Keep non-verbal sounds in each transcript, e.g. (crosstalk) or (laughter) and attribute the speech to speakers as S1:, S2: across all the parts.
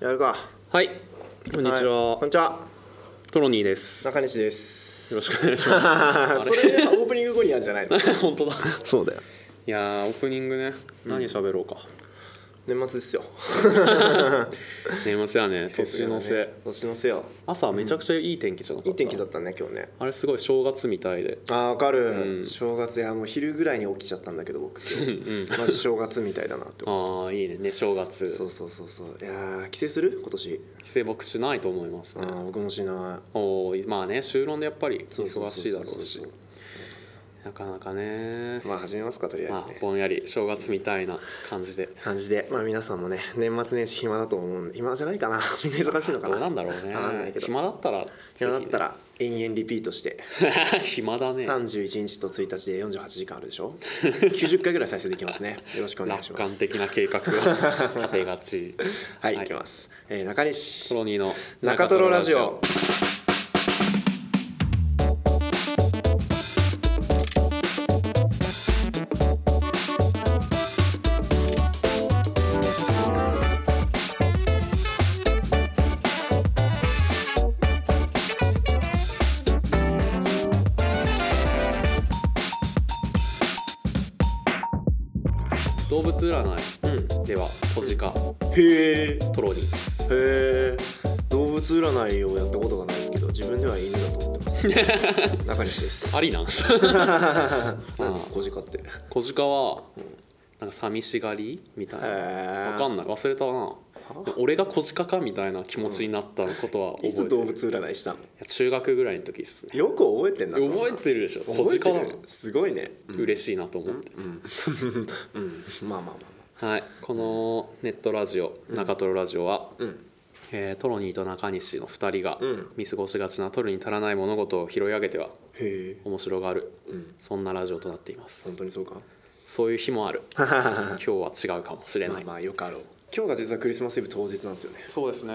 S1: やるか
S2: はいこんにちは、
S1: いこんにちは
S2: トロニーですよ
S1: 中西です
S2: (laughs) ろしくお願いしま
S1: (laughs)
S2: す
S1: それオープニング後にやるんじゃないの
S2: 本 (laughs) 当だ
S1: そうだよ
S2: いやーオープニングね何喋ろうか、
S1: 年末ですよ
S2: 年末やね年の瀬、
S1: 年の瀬よ
S2: 朝めちゃくちゃいい天気じゃなかった
S1: いい天気だったね今日ね
S2: あれすごい正月みたいで
S1: あーわかる、正月やもう昼ぐらいに起きちゃったんだけど僕今日マジ正月みたいだなって思
S2: ああいいねね正月
S1: うそうそうそうそういやー帰省する今年
S2: 帰省僕しないと思います
S1: あ
S2: ね、
S1: ー僕もしな
S2: おーまあね就論でやっぱり
S1: いそうそう
S2: 忙
S1: そう
S2: しいだろう
S1: そう
S2: し
S1: そう
S2: なかなかね
S1: まあ始めますかとりあえ
S2: ま
S1: ず
S2: あ
S1: ね、
S2: ぼんやり正月みたいな感じで
S1: 感じでまあ皆さんもね年末年始暇だと思うんで暇じゃないか (laughs) なみんな忙しいのか
S2: ど
S1: な
S2: うなんだろうね
S1: わかんないけど
S2: 暇だったら
S1: 暇だった
S2: ら
S1: ら延々リピートして
S2: (laughs) 暇だね
S1: 31日と1日で48時間あるでし
S2: (laughs)
S1: ょ90回ぐらい再生できますねよろしくお願いし
S2: 楽
S1: ま
S2: 観
S1: す
S2: 的な計
S1: (laughs)
S2: 画が立てがち
S1: はい、
S2: はい
S1: い、きます、えー中
S2: ト
S1: 西
S2: ロニーの
S1: 中トロラジオ
S2: 動物占
S1: うん
S2: いでは小鹿
S1: へえ
S2: トロニーです
S1: へえ動物占いをやったことがないですけど自分では犬だと思ってます
S2: (laughs)
S1: 中西です
S2: ありなんです (laughs)
S1: 何小鹿ってへ
S2: 小鹿はなんか寂しがりみたいな
S1: え
S2: わかんない忘れたな俺が小鹿かみたいな気持ちになったことは覚え
S1: い
S2: て
S1: つ
S2: る
S1: 動
S2: い
S1: 物占いしたの
S2: や中学ぐらいの時ですね
S1: よく覚えてんなそんな
S2: 覚えてるでしょ
S1: 覚
S2: 小
S1: えて
S2: 鹿
S1: る
S2: なの
S1: すごいね
S2: 嬉しいなと思って
S1: うんまあまあまあま
S2: はいこのネットラジオ中トロラジオは
S1: あうん
S2: えートロニーと中西の2人が
S1: うん
S2: 見過ごしがちな取るに足らない物事を拾い上げては
S1: へえ
S2: 面白がある
S1: うん
S2: そんなラジオとなっていま
S1: 本
S2: す
S1: 当にそうか
S2: そういう日もある今日は違うかもしれ
S1: ま
S2: な
S1: あ
S2: い
S1: まあよくあろう今日が実はクリスマスイブ当日なんですよね
S2: そうですね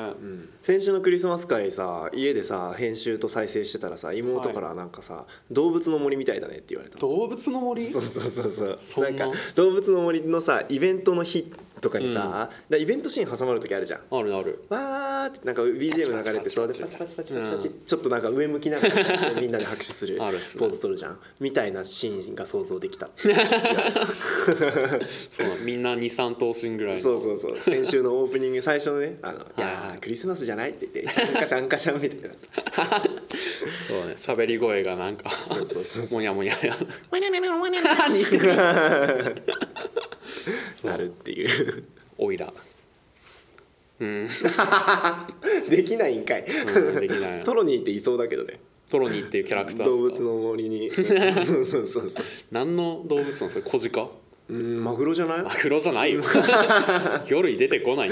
S1: 先週のクリスマス会さ家でさ編集と再生してたらさ妹からなんかさ、動物の森みたいだね」って言われた
S2: 動物の森
S1: そうそうそうそう
S2: そんな
S1: なんか動物の森のさイベントの日とかにさ、でイベントシーン挟まる時あるじゃん
S2: あるある
S1: わーってなんか BGM 流れてそうでパチパチパチパチパチちょっとなんか上向きながら (laughs) みんなで拍手する
S2: あるっすね
S1: ポーズ取るじゃんみたいなシーンが想像できた
S2: そうみんな23頭身ぐらいの
S1: そうそうそう先週のオープニング最初のね「あのい
S2: はい
S1: や
S2: は
S1: ークリスマスじゃない」って言って「シャンカシャンカシャン」みたいな
S2: そうね喋り声がなん
S1: (laughs)
S2: か
S1: そうそうそうそ
S2: もやもや
S1: (laughs)
S2: や
S1: 「わにゃにゃにゃわにゃにゃにゃ」なるっていう
S2: オイラうん
S1: できないんかい
S2: うんできない
S1: トロニーっていそうだけどね
S2: トロニーっていうキャラクター
S1: 動
S2: です
S1: 物
S2: か
S1: の森
S2: (laughs)
S1: にそうそうそうそう
S2: 何の動物なんですか小鹿
S1: うんマグロじゃない
S2: マグロじ
S1: (laughs)
S2: ゃないよ魚類出てこない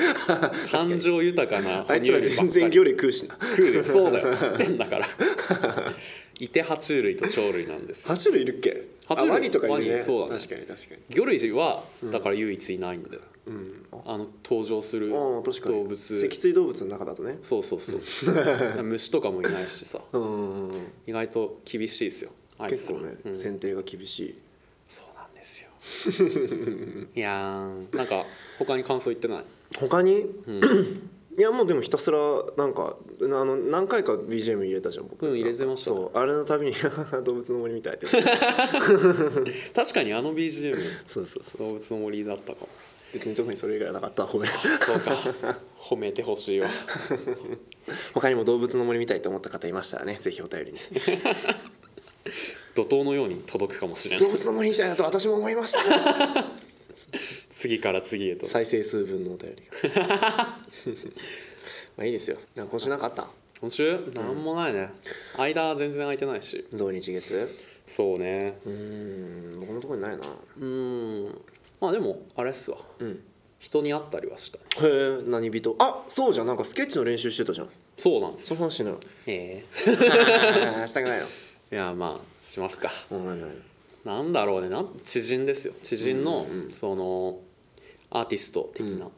S2: 感情豊かな
S1: あ
S2: 哺
S1: い
S2: 乳
S1: つら全然
S2: 類ばっかり
S1: 魚類食うしな
S2: 食うよそ
S1: (laughs)
S2: うだよつってんだからいて爬虫類と鳥類なんですよ
S1: 爬虫類いるっけ
S2: 爬虫類
S1: あワニとかいる
S2: ワ
S1: ね
S2: ニそうだね
S1: 確かに確かに
S2: 魚類はだから唯一いないんだよ、
S1: うんあ
S2: あの登場する
S1: あ
S2: 動
S1: 確かに
S2: 物
S1: 脊椎動物の中だとね
S2: そうそうそう虫とかもいないしさ
S1: うん
S2: 意外と厳しいですよあいつ
S1: 結
S2: ら
S1: 構ね
S2: うん
S1: 剪定が厳しい
S2: そうなんですよ (laughs) いやーなんか他に感想言ってない
S1: 他にいやもうでもひたすらなんかあの何回か BGM 入れたじゃん僕
S2: うん入れてましたね
S1: そうあれのたびに (laughs) 動物の森みた
S2: (laughs)
S1: いで
S2: 確かにあの BGM
S1: そうそうそう
S2: 動物の森だったかも
S1: 別に特にそれ以外はなかったごめん
S2: そうか褒めてほしいわ
S1: 他にも動物の森みたいと思った方いましたらねぜひお便りに
S2: 怒涛のように届くかもしれな
S1: (laughs)
S2: い
S1: 動物の森みたいだと私も思いました
S2: 次から次へと
S1: (laughs) 再生数分のお便り (laughs) がまあいいですよなんか今週なんかあった
S2: 今週なんもないね、間全然空いてないし
S1: 土日月
S2: そうね
S1: うーん僕のとこにないな
S2: うんまあでもあれっすわ
S1: うんへ
S2: 人に会ったりはした
S1: え何人あそうじゃんなんかスケッチの練習してたじゃん
S2: そうなんです
S1: そ
S2: よ
S1: の話しないの
S2: え
S1: (laughs) あーしたくないの
S2: えいやまあしますか
S1: うんないない
S2: なんだろうねなん知人ですよ知人の、そのアーティスト的な、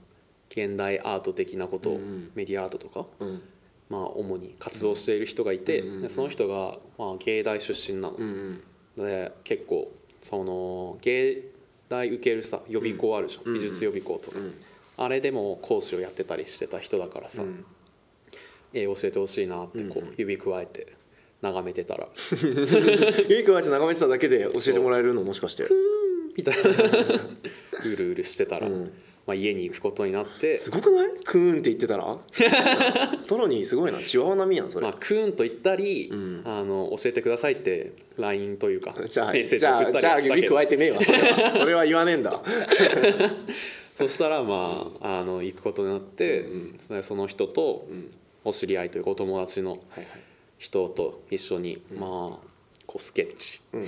S2: 現代アート的なことを、メディアアートとか、
S1: うん
S2: まあ、主に活動している人がいて、
S1: うんうんうん
S2: でその人が、まあ、芸大出身なの、
S1: うんうん
S2: で結構その芸大受けるさ予備校あるじゃん、
S1: ん
S2: 美術予備校とか、
S1: ん
S2: あれでも講師をやってたりしてた人だからさ、
S1: うん
S2: えー教えてほしいなってこう指加えて眺めてた
S1: (laughs)
S2: ら「
S1: ゆいくんあえて眺めてただけで教えてもらえるのもしかして
S2: みたいなうるうるしてたら、
S1: うん
S2: まあ、家に行くことになって
S1: すごくないクーンって言ってた (laughs) らトロニーすごいなチワワ並みやんそれ、
S2: まあ、クーンと言ったり、
S1: ん
S2: あの教えてくださいって LINE というか
S1: (laughs)
S2: メ
S1: じゃあ
S2: ッセ
S1: じ
S2: ージ
S1: ゃ
S2: 送
S1: あ
S2: っ
S1: じゃ
S2: た
S1: あ
S2: りした
S1: 指
S2: けど
S1: 加えてねえわそれ (laughs) はそれは言わねえんだ
S2: そしたらまああの行くことになって、その人と
S1: ん
S2: お知り合いというかお友達の
S1: はいはい
S2: 人と一緒に、まあこうスケッチ
S1: うん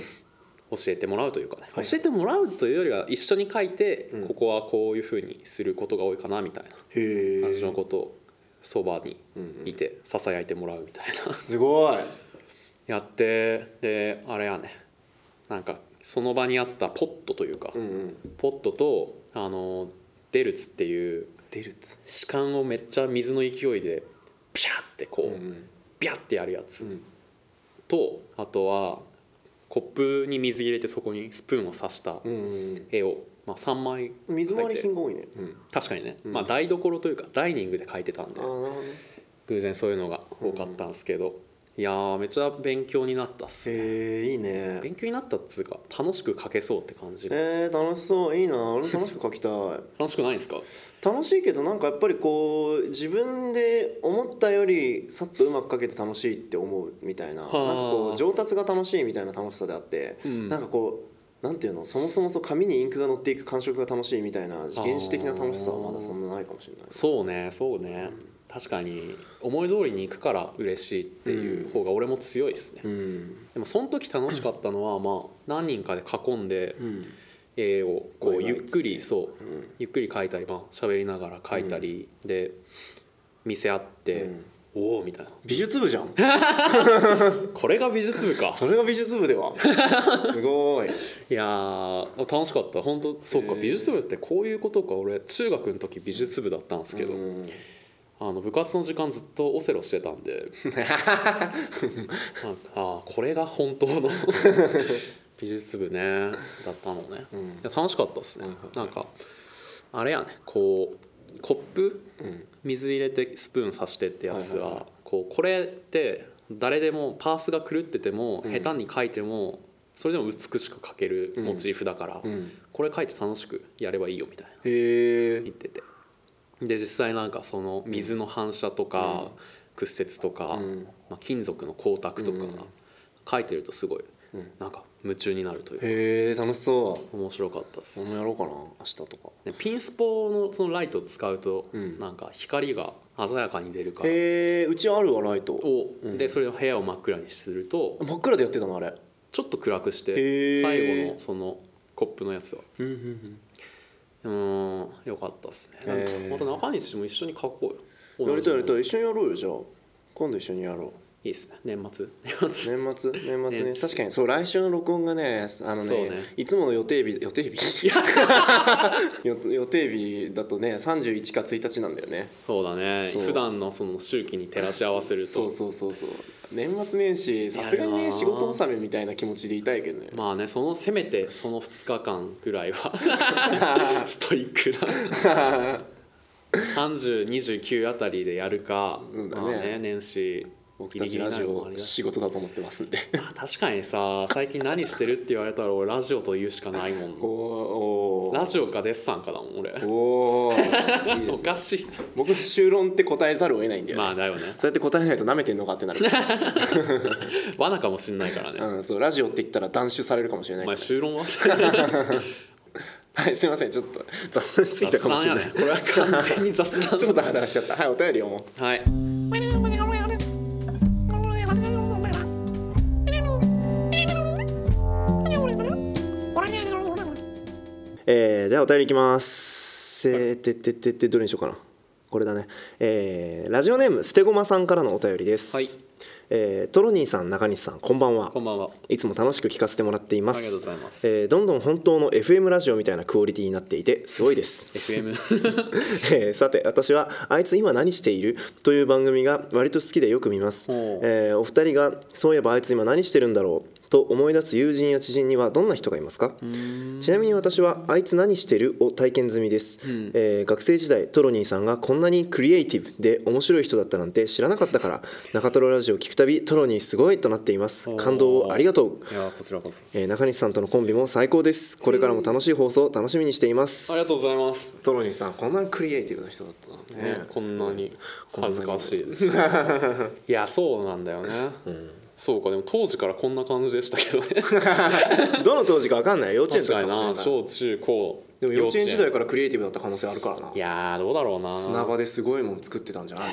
S2: 教えてもらうというかね、
S1: はい
S2: 教えてもらうというよりは一緒に書いて、
S1: うん
S2: ここはこういうふうにすることが多いかなみたいな
S1: へ
S2: 感じの
S1: え
S2: ことをそばに
S1: うんうん
S2: いてささやいてもらうみたい
S1: (laughs)
S2: な
S1: すごい
S2: やってであれやねなんかその場にあったポットというか、
S1: うんうん
S2: ポットとあのデルツっていう
S1: デルツ
S2: 歯間をめっちゃ水の勢いでピシャってこう、
S1: うんうん
S2: ビャってやるや
S1: う
S2: つ、
S1: ん
S2: とあとはコップに水入れてそこにスプーンを刺した
S1: うん
S2: 絵を、まあ、3枚
S1: うん水回り
S2: 描いて
S1: 品が多いねうん
S2: 確かにね、
S1: うん
S2: まあ、台所というかダイニングで描いてたんで
S1: ああなるほどね
S2: 偶然そういうのが多かったんですけど、いやーめちゃ勉強になったっす
S1: へえいいね
S2: 勉強になったっつうか楽しく描けそうって感じが
S1: えー、楽しそういいな俺楽しく描きた (laughs) い
S2: 楽しくないんですか
S1: 楽しいけどなんかやっぱりこう自分で思ったよりさっとうまく描けて楽しいって思うみたいななん
S2: は
S1: か
S2: あ
S1: こう上達が楽しいみたいな楽しさであって、
S2: うん
S1: なんかこうなんていうのそもそもそう紙にインクが乗っていく感触が楽しいみたいな原始的な楽しさはまだそんなないかもしれない
S2: そうねそうね確かに思い通りに行くから嬉しいっていう方が俺も強いですね、
S1: うん
S2: でもその時楽しかったのはまあ何人かで囲んで
S1: うん
S2: 絵をこ
S1: ワイワ
S2: う
S1: イ
S2: ゆっく
S1: っつ
S2: り
S1: って
S2: そう
S1: うん
S2: ゆっくり描いたりまあ喋りながら描いたりで見せ合って、
S1: うん
S2: おおみたいな
S1: 美術部じゃん
S2: これが美術部か
S1: それが美術部で (laughs) はすごい
S2: いやー楽しかった本当そう
S1: へ
S2: か
S1: ー
S2: 美術部ってこういうことか俺中学の時美術部だったんですけど、
S1: うん
S2: あの部活の時間ずっとオセロしてたん
S1: (laughs)
S2: でなんかあーこれが本
S1: (laughs)
S2: 当の美術部ねだったのね、
S1: ん
S2: いや楽しかったですね、
S1: はいはいはい
S2: なんかあれやねこうコップ、
S1: ん
S2: 水入れてスプーン刺してってやつは,、
S1: はいはいは
S2: こうこれって誰でもパースが狂ってても、下手に描いてもそれでも美しく描けるモチーフだから、
S1: うん
S2: これ描いて楽しくやればいいよみたいな
S1: へえ
S2: 言っててで実際なんかその水の反射とか、屈折とか、
S1: ん
S2: まあ、金属の光沢
S1: う
S2: とか、
S1: ん
S2: 書いてるとすごい、
S1: うん
S2: なんか夢中になるというか
S1: へえ楽しそう
S2: 面白かったです、
S1: 俺もやろうかな明日とか
S2: でピンスポのそのライトを使うと、
S1: うん
S2: なんか光が鮮やかに出るから、
S1: へえうちあるわライト
S2: を
S1: うん
S2: でそれを部屋を真っ暗にすると
S1: 真っ暗でやってたのあれ
S2: ちょっと暗くして、
S1: へー
S2: 最後のそのコップのやつは
S1: うんうん
S2: うーんよかったですねなんか
S1: へー
S2: また中西も一緒に書こうよ
S1: やりたいやり
S2: い
S1: たい一緒にやろうよじゃあ今度一緒にやろう
S2: いいですね年末年末
S1: 年末年末ね
S2: 年末
S1: 確かにそう来週の録音がねあのね
S2: そうね
S1: いつもの予定日予定
S2: (laughs)
S1: 日予予定日だとね31か1日なんだよね
S2: そうだね
S1: そう
S2: 普段のその周期に照らし合わせると
S1: そうそうそうそう年末年始さすがに
S2: やる
S1: ね
S2: な
S1: 仕事納めみたいな気持ちでいたいけどね
S2: まあねそのせめてその2日間ぐら
S1: (laughs)
S2: いはストイックな3029あたりでやるか、
S1: うんだね
S2: まあね年始
S1: 僕たちラジ
S2: ギリギリなのもあ
S1: オ
S2: りだし
S1: 仕事だと思ってますんで
S2: (laughs) まあ確かにさ最近何してるって言われたら俺ラジオと言うしかないもん
S1: おー
S2: ラジオかデッサンかだもん俺
S1: おーいい (laughs) で
S2: お
S1: すね
S2: かし
S1: 僕修論って答えざるを得ないんだ
S2: い
S1: よね
S2: まあだよね
S1: そうやって答えないと舐めてんのかってな
S2: (laughs)
S1: る、
S2: 罠かもしんないからね、
S1: うん、そうラジオって言ったら断酒されるかもしれない
S2: お
S1: か
S2: 前
S1: ら
S2: 就論は
S1: (laughs) はいすいませんちょっと雑談しすぎたかもし
S2: (laughs)
S1: れない、
S2: ねこれは完全に雑談
S1: ちょっとダラダラしちゃったはいお便りをもう
S2: はい
S1: えーじゃあお便りいきますえーてってってってどれにしようかなこれだねえーラジオネーム捨てごまさんからのお便りです
S2: はい
S1: えートロニーさん中西さんこんばんは
S2: こんばんはい
S1: つも楽しく聞かせてもらっています
S2: ありがとうございます
S1: えーどんどん本当の FM ラジオみたいなクオリティになっていてすごいです
S2: FM
S1: (laughs) えーさて私は「あいつ今何している?」という番組が割と好きでよく見ます、
S2: おう
S1: えーお二人が「そういえばあいつ今何してるんだろう?」と思い出す友人や知人にはどんな人がいますか
S2: うん
S1: ちなみに私は「あいつ何してる?」を体験済みです、
S2: ん
S1: えー学生時代トロニーさんがこんなにクリエイティブで面白い人だったなんて知らなかった
S2: (laughs)
S1: から中トロラジオを聞くたびトロニーすごいとなっています
S2: おー
S1: 感動をありがとう、
S2: いやこちらこそ
S1: えー中西さんとのコンビも最高ですこれからも楽しい放送楽しみにしています
S2: ありがとうございます
S1: トロニーさんこんなにクリエイティブな人だったなんて
S2: ねこんなに
S1: こんなに
S2: 恥ずかし
S1: (laughs)
S2: いですいやそうなんだよね、そうかでも当時からこんな感じでしたけど
S1: (laughs)
S2: ね
S1: どの当時か分かんない幼稚園
S2: 確
S1: とか
S2: かに
S1: もしれな
S2: ない小中高
S1: でも幼稚園時代からクリエイティブだった可能性あるからない
S2: やーどうだろうな
S1: 砂場ですごいもん作ってたんじゃない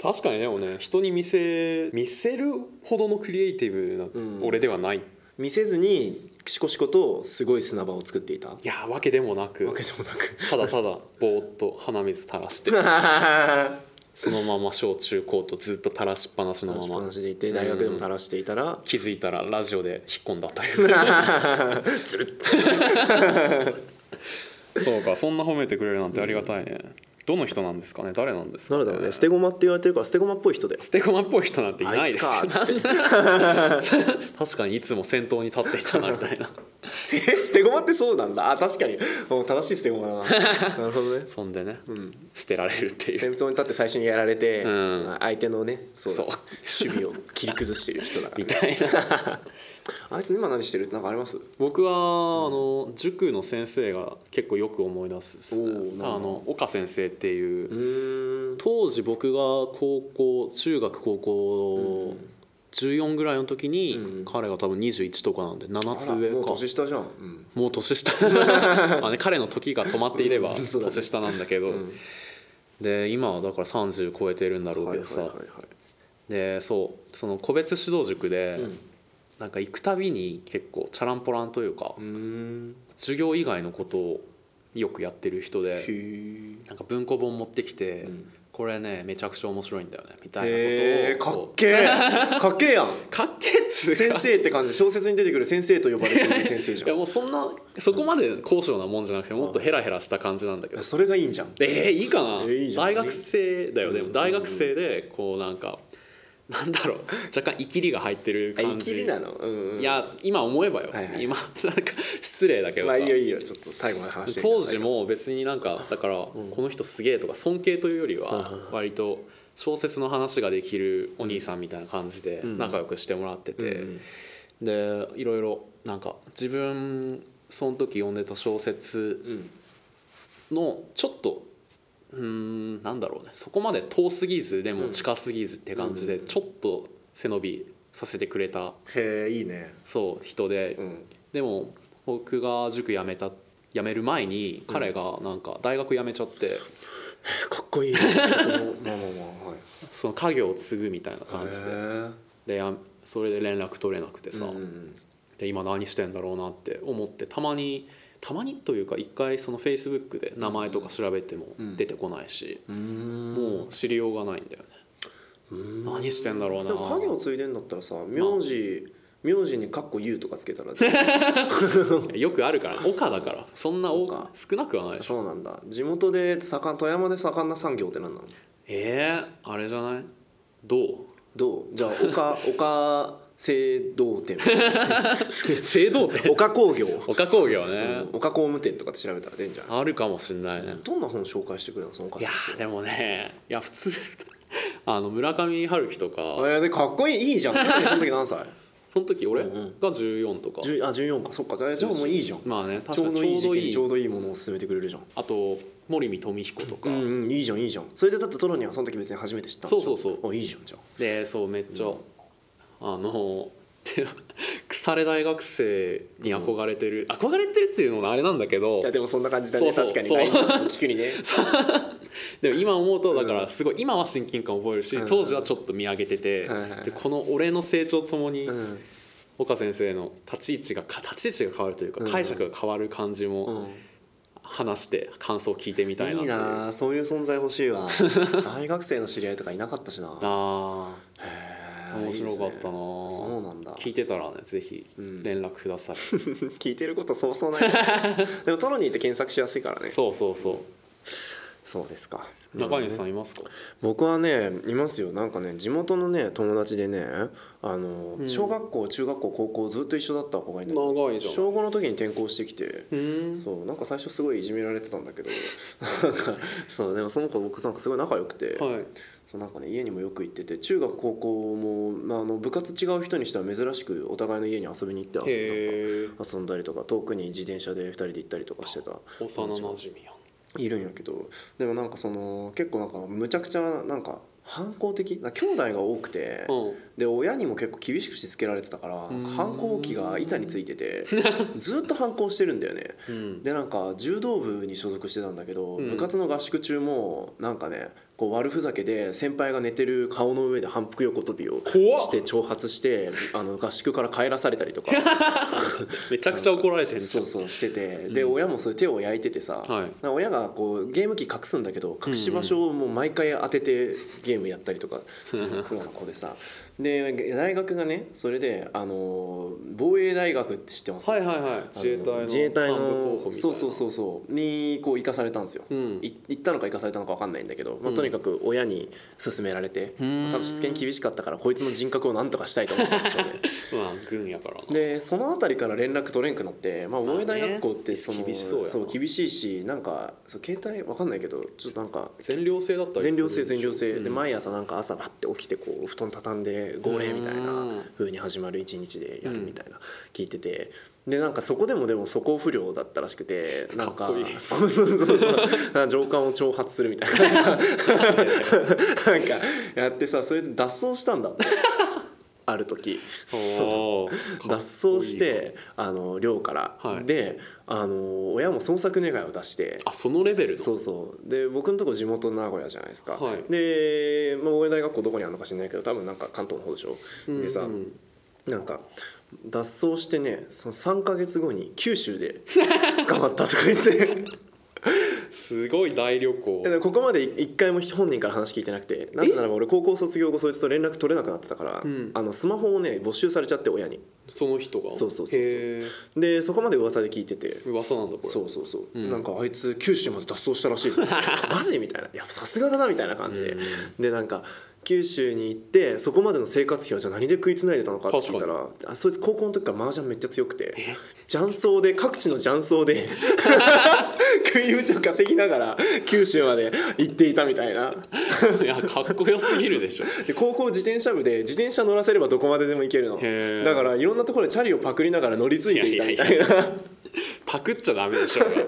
S2: 確かにでもね人に見せ見せるほどのクリエイティブな、
S1: ん
S2: 俺ではないい
S1: 見せずにシコシコとすごい砂場を作っていたわ
S2: やーわけでもなく
S1: けでもなく (laughs)
S2: ただただぼーっと鼻水垂らしてそのまま小中高とずっと垂らしっぱなしの
S1: 話しっ
S2: ま
S1: ぱ
S2: ま
S1: なしでいて大学でも垂らしていた (laughs) ら
S2: 気づいたらラジオで引っ込んだという
S1: つるっ
S2: そうかそんな褒めてくれるなんてありがたいね、どの人なんですかね誰なんですか、
S1: なるだろうね捨て駒って言われてるから捨て駒っぽい人だよ
S2: 捨て駒っぽい人なんていな
S1: あ
S2: い
S1: い
S2: で
S1: つ
S2: す
S1: か
S2: (laughs) 確かにいつも先頭に立っていたなみ
S1: (laughs)
S2: たいな
S1: (laughs) え捨て駒ってそうなんだあ確かにもう正しい捨て (laughs) 駒だななるほどね
S2: そんでね、捨てられるっていう
S1: 先頭に立って最初にやられて、
S2: うん
S1: 相手のねそう
S2: そう
S1: 守備を切り崩してる人 (laughs) だから
S2: みたいな
S1: あいつ今何してるってなんかあります
S2: 僕は、あの塾の先生が結構よく思い出すっすね
S1: おーなんだ
S2: あの岡先生っていう、
S1: うん
S2: 当時僕が高校中学高校14ぐらいの時に、彼が多分21とかなんで7つ上
S1: もう
S2: か
S1: 年下じゃん、うん、
S2: もう
S1: (laughs)
S2: 年下まあ、ね、彼の時が止まっていれば
S1: うんそうだね
S2: 年下なんだけど、で今はだから30超えてるんだろう
S1: はい
S2: け
S1: は
S2: ど
S1: い
S2: さ、
S1: はいはい
S2: でそうその個別指導塾で、
S1: うん
S2: なんか行くたびに結構チャランポランというか、
S1: うん
S2: 授業以外のことをよくやってる人で
S1: へ
S2: なんか文庫本持ってきて、
S1: ん
S2: これねめちゃくちゃ面白いんだよねみたい
S1: え
S2: な
S1: か
S2: ことを
S1: っ
S2: こ
S1: けえ (laughs) かっけえやん
S2: うかっけえっつう
S1: 先
S2: か
S1: 生って感じで小説に出てくる先生と呼ばれてる先生じ
S2: いや
S1: ゃ
S2: もうそんなそこまで高尚なもんじゃなくてもっとヘラヘラした感じなんだけど
S1: んそれがいいんじゃん
S2: えー、いいかな、
S1: えーいいじゃん
S2: 大学生だよで
S1: う
S2: も
S1: ん
S2: 大学生でこうなんかなんだろう若干イキリが入ってる
S1: あい
S2: 感じ
S1: きりなのうんうん
S2: いや今思えばよ、
S1: はいはい
S2: 今なんか失礼だけど
S1: まあ
S2: さ、
S1: いいよいいよちょっと最後まで話して
S2: 当時も別になんかだからこの人すげえとか尊敬というよりは割と小説の話ができるお兄さんみたいな感じで
S1: ん
S2: 仲良くしてもらってて
S1: うん
S2: でいろいろなんか自分その時読んでた小説
S1: うん
S2: のちょっとうーんなんだろうねそこまで遠すぎずでも近すぎずって感じでちょっと背伸びさせてくれた
S1: へえいいね
S2: そう人で
S1: うん
S2: でも僕が塾辞めた辞める前に彼がなんか大学辞めちゃって、
S1: (laughs) かっこ (laughs) いいまあまあまあはい
S2: その家業を継ぐみたいな感じ
S1: へ
S2: で
S1: え
S2: でやそれで連絡取れなくてさ、
S1: うんうん
S2: で今何してんだろうなって思ってたまにたまにというか一回そのフェイスブックで名前とか調べても
S1: ん
S2: 出てこないし、
S1: うん
S2: もう知りようがないんだよね、何してんだろうな
S1: でも家業継いでんだったらさ名字名字に「かっこ U」とかつけた
S2: (laughs)
S1: ら (laughs)
S2: よくあるから岡だからそんな多
S1: 岡
S2: 少なくはないでしょ
S1: そうなんだ地元で盛ん富山で盛んな産業って何なの
S2: えー、あれじゃないどう
S1: どうじゃあ
S2: (laughs)
S1: 岡岡製造店
S2: 制度店
S1: 岡工業
S2: (laughs) 岡工業ね、
S1: 岡工務店とかって調べたら出んじゃない
S2: あるかもしんないね、
S1: どんな本紹介してくれるのその岡
S2: いや
S1: 先
S2: ーでもねいや普通 (laughs) あの村上春樹と
S1: 生
S2: か
S1: あいやでかっこいいいい
S2: (laughs)
S1: じゃんその時何歳
S2: その時俺が
S1: うんうん
S2: 14とか、
S1: じゅあ14かそっかじゃあじゃあもういいじゃん
S2: まあね確
S1: ちょ
S2: か
S1: う
S2: に
S1: ど
S2: ち
S1: いい
S2: ょ
S1: 時
S2: うど
S1: 期
S2: い
S1: に
S2: い
S1: ちょうどいいものを勧めてくれるじゃん
S2: あと森見富彦とか、
S1: うんうんいいじゃんいいじゃんそれでだってトロにはその時別に初めて知ったんでしょ
S2: そうそうそ
S1: あいいじゃんじゃあ
S2: でそうめっちゃ、あの (laughs) で腐れ大学生に憧れてる、憧れてるっていうのもあれなんだけど
S1: いやでもそんな感じだ
S2: そう
S1: ね
S2: そう
S1: 確かに
S2: そう
S1: ライブ聞くに
S2: (laughs)
S1: ね
S2: でも今思うとだからすごい今は親近感覚えるし、
S1: うん
S2: 当時はちょっと見上げてて、
S1: はいはいはい
S2: でこの俺の成長ともに、
S1: うん
S2: 岡先生の立ち位置がか立ち位置が変わるというか
S1: うん
S2: 解釈が変わる感じも話して感想を聞いてみたいな
S1: い
S2: っ
S1: い
S2: ていう
S1: なあそういう存在欲しい
S2: (laughs)
S1: わ大学生の知り合いとかいなかったしな
S2: あ
S1: へ
S2: ー
S1: え
S2: 面白かったなあ
S1: いいですねそうなんだ
S2: 聞いてたらねぜひ
S1: うん
S2: 連絡ください、 (laughs)
S1: 聞いてることそうそうないなでもトロニーって検索しやすいからね (laughs)
S2: そうそうそう
S1: そうですか
S2: 中西さんいますか、
S1: 僕はねいますよなんかね地元のね友達でねあの、
S2: うん
S1: 小学校中学校高校ずっと一緒だった子がいるの
S2: 長いじゃん
S1: 小5の時に転校してきて
S2: うーん
S1: そうなんか最初すごいいじめられてたんだけどなんか (laughs) そうでもその子僕なんかすごい仲良くて、
S2: はい
S1: そうなんかね家にもよく行ってて中学高校も、まあ、あの部活違う人にしては珍しくお互いの家に遊びに行って遊んだり
S2: へえ
S1: 遊んだりとか遠くに自転車で2人で行ったりとかしてた
S2: 幼なじみやん
S1: いるんやけどでもなんかその結構なんかむちゃくちゃなんか反抗的な兄弟が多くて、
S2: うん
S1: で親にも結構厳しくしつけられてたから
S2: ん
S1: 反抗期が板について (laughs) てずっと反抗してるんだよね
S2: うん
S1: でなんか柔道部に所属してたんだけど、
S2: うん
S1: 部活の合宿中もなんかねこう悪ふざけで先輩が寝てる顔の上で反復横跳びを
S2: 怖っ
S1: して挑発してあの合宿から帰らされたりと
S2: (laughs)
S1: か
S2: めちゃくちゃ怒られてるじ
S1: そ
S2: ゃん
S1: うそうしててで親もそれ手を焼いててさ、
S2: はい
S1: なんか親がこうゲーム機隠すんだけど隠し場所をもう毎回当ててゲームやったり
S2: (laughs)
S1: とかするプロの子でさで大学がねそれであの防衛大学って知ってます
S2: はいはいはい
S1: あの
S2: 自衛隊の
S1: 自衛隊の
S2: 幹部候補みたいな
S1: そうそうそうそうにこう行かされたんですよ、
S2: うん
S1: い行ったのか行かされたのか分かんないんだけど、まあ
S2: うん
S1: とにかく親に勧められて、
S2: うん
S1: 多分しつけに厳しかったからこいつの人格をなんとかしたいと思ったんでしょうね
S2: (laughs) まあ軍やからな
S1: でその辺りから連絡取れんくなって、まあ、大江大学校ってその、
S2: 厳しそうやな
S1: 厳しいしなんかそう携帯分かんないけどちょっとなんか
S2: 全寮制だったりする
S1: 全寮制全寮制
S2: うん
S1: で毎朝なんか朝バッて起きてこう布団畳んで号令みたい
S2: うん
S1: な風に始まる一日でやるみたいな聞いててでなんかそこでもでも素行不良だったらしく
S2: (laughs)
S1: てなんか
S2: かっこいい
S1: (laughs) そうそうそうそうなんか上官を挑発するみたいなな
S2: (laughs)
S1: んかやってさそれで脱走したんだってある時そう
S2: おー
S1: 脱走してあの寮から、
S2: はい
S1: であの親も捜索願いを出して
S2: あそのレベルの
S1: そうそうで僕のとこ地元名古屋じゃないですか、
S2: はい
S1: で、まあ、大江大学校どこにあるのか知らないけど多分なんか関東の方でしょ、
S2: うん
S1: でさ
S2: うん
S1: なんか脱走してねその3か月後に九州
S2: (laughs)
S1: で捕まったとか言って
S2: すごい大旅行
S1: でここまで一回も本人から話聞いてなくてなぜならば俺高校卒業後そいつと連絡取れなくなってたから、
S2: うん
S1: あのスマホをね没収されちゃって親に
S2: その人が
S1: そうそうそうそう
S2: へー
S1: でそこまで噂で聞いてて
S2: 噂なんだこれ
S1: そうそうそう、
S2: うん
S1: なんかあいつ九州まで脱走したらしい
S2: (laughs)
S1: ぞマジみたいな「いやさすがだな」みたいな感じで、
S2: うん
S1: でなんか九州に行ってそこまでの生活費はじゃあ何で食いつないでたのかって聞いたらあそいつ高校の時から麻雀めっちゃ強くて雀荘で各地の雀荘
S2: (laughs)
S1: で食い打ちを稼ぎながら九州まで行っていたみたいない
S2: (laughs) やかっこよすぎるでしょ
S1: で高校自転車部で自転車乗らせればどこまででも行けるの
S2: へー
S1: だからいろんなところでチャリをパクりながら乗り継いでいたみたいな。
S2: パクっちゃダメでしょこれ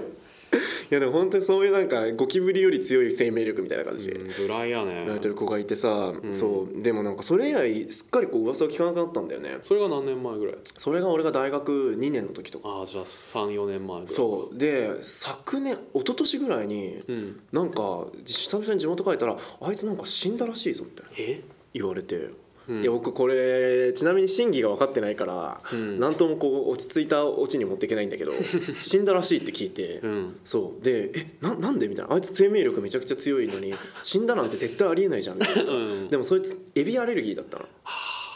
S1: いやでも本当にそういうなんかゴキブリより強い生命力みたいな感じで
S2: うんブライや
S1: 言わ
S2: ね
S1: れてる子がいてさ、そうでもなんかそれ以来すっかりこう噂を聞かなくなったんだよね
S2: それが何年前ぐらい
S1: それが俺が大学2年の時とか
S2: ああじゃあ34年前ぐらい
S1: そうで昨年一昨年ぐらいに
S2: うん
S1: なんか久々に地元帰ったらあいつなんか死んだらしいぞみたいな
S2: え
S1: 言われて、
S2: うん
S1: いや僕これちなみに真偽が分かってないから
S2: うん
S1: 何、なん、ともこう落ち着いたオチに持っていけないんだけ
S2: (laughs)
S1: ど死んだらしいって聞いて、
S2: うん
S1: そうで「えななんで?」みたいな「あいつ生命力めちゃくちゃ強いのに死んだなんて絶対ありえないじゃん」みたいな、
S2: うん
S1: でもそいつエビアレルギーだったの。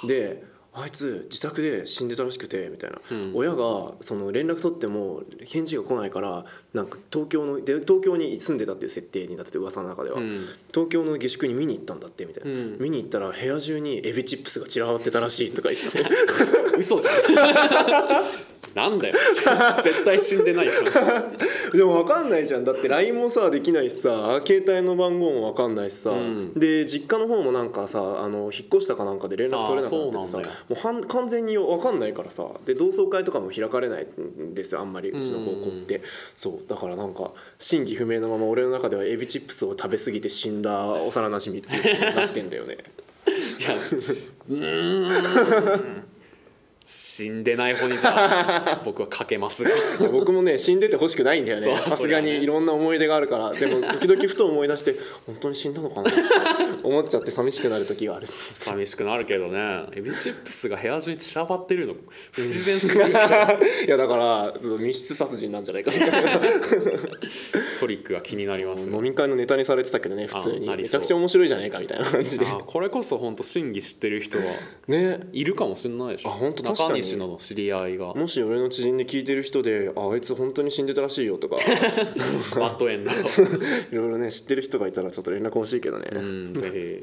S1: であいつ自宅で死んでたらしくてみたいな、
S2: うん
S1: 親がその連絡取っても返事が来ないからなんか東京ので東京に住んでたっていう設定になってて噂の中では、
S2: うん
S1: 東京の下宿に見に行ったんだってみたいな、
S2: うん
S1: 見に行ったら部屋中にエビチップスが散らばってたらしいとか言って
S2: 嘘じゃん (laughs) なんだよ絶対死んでないじゃん
S1: (laughs) でも分かんないじゃんだって LINE もさできないしさ携帯の番号も分かんないしさ、
S2: うん
S1: で実家の方もなんかさあの引っ越したかなんかで連絡取れなくなっててさ
S2: あー
S1: もうはん完全に分かんないからさで同窓会とかも開かれないんですよあんまりうちの高校って、そうだからなんか真偽不明のまま俺の中ではエビチップスを食べ過ぎて死んだ幼なじみっていうことになってんだよ
S2: (laughs)
S1: ね
S2: いやうーん死んでない方にじゃあ僕はかけますが
S1: いや僕もね死んでてほしくないんだよ
S2: そう
S1: ねさす
S2: そり
S1: が
S2: ゃね
S1: にいろんな思い出があるからでも時々ふと思い出して本当に死んだのかなって思っちゃって寂しくなる時がある。
S2: 寂しくなるけどねエビチップスが部屋中に散らばってるの不自然すぎる
S1: いやだからその密室殺人なんじゃないかみたいな (laughs)
S2: トリックが気になりますね
S1: 飲み会のネタにされてたけどね普通に
S2: あなりそう
S1: めちゃくちゃ面白いじゃないかみたいな感じで
S2: あこれこそ本当真偽知ってる人は
S1: ね
S2: いるかもしれないでしょ
S1: あ本当確か
S2: 中
S1: に
S2: 西の知り合いが
S1: もし俺の知人で聞いてる人で「ああいつ本当に死んでたらしいよ」 (laughs) とか
S2: バッドエ (laughs) ンド、
S1: いろいろね知ってる人がいたらちょっと連絡欲しいけどね、
S2: うん、ぜ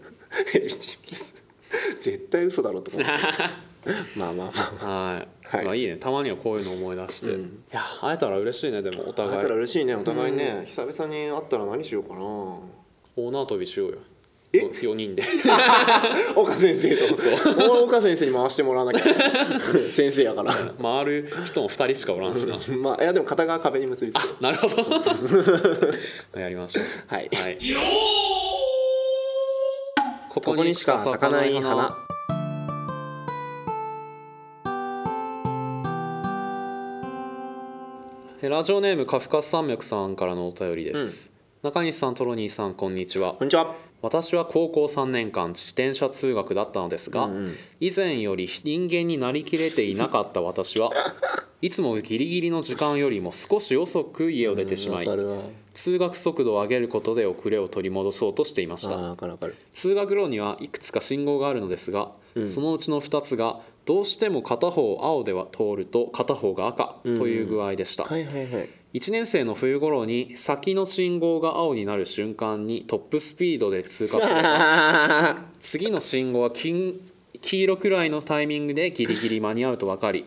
S1: 絶対嘘だろとか (laughs) まあまあまあ
S2: ひはい、
S1: はい
S2: まあ、いいねたまにはこういうの思い出して、
S1: うん
S2: いや会えたら嬉しいねでもお互
S1: 会え
S2: い
S1: たら嬉しいねお互いね、久々に会ったら何しようかな
S2: オーナー飛びしようよ
S1: え
S2: 4人で (laughs)
S1: 岡先生とそう岡先生に回してもらわなきゃ (laughs) 先生やから
S2: 回る人も2人しかおらんしな
S1: まあいやでも片側壁に結びつけて
S2: なるほど (laughs) やりましょう
S1: はい
S2: はい
S1: (laughs)
S2: こ
S1: ここにしか咲かない花
S2: えラジオネームカフカス山脈さんからのお便りです、中西さんトロニーさんこんにちは
S1: こんにちは
S2: 私は高校3年間自転車通学だったのですが、
S1: うんうん
S2: 以前より人間になりきれていなかった
S1: (laughs)
S2: 私はいつもギリギリの時間よりも少し遅く家を出てしまい
S1: わかるわ
S2: 通学速度を上げることで遅れを取り戻そうとしていまし
S1: あ
S2: た
S1: あわかるわかる
S2: 通学路にはいくつか信号があるのですが、
S1: うん
S2: そのうちの2つがどうしても片方青では通ると片方が赤という具合でした、
S1: はいはいはい
S2: 1年生の冬頃に先の信号が青になる瞬間にトップスピードで通過すれば次の信号は金黄色くらいのタイミングでギリギリ間に合うと分かり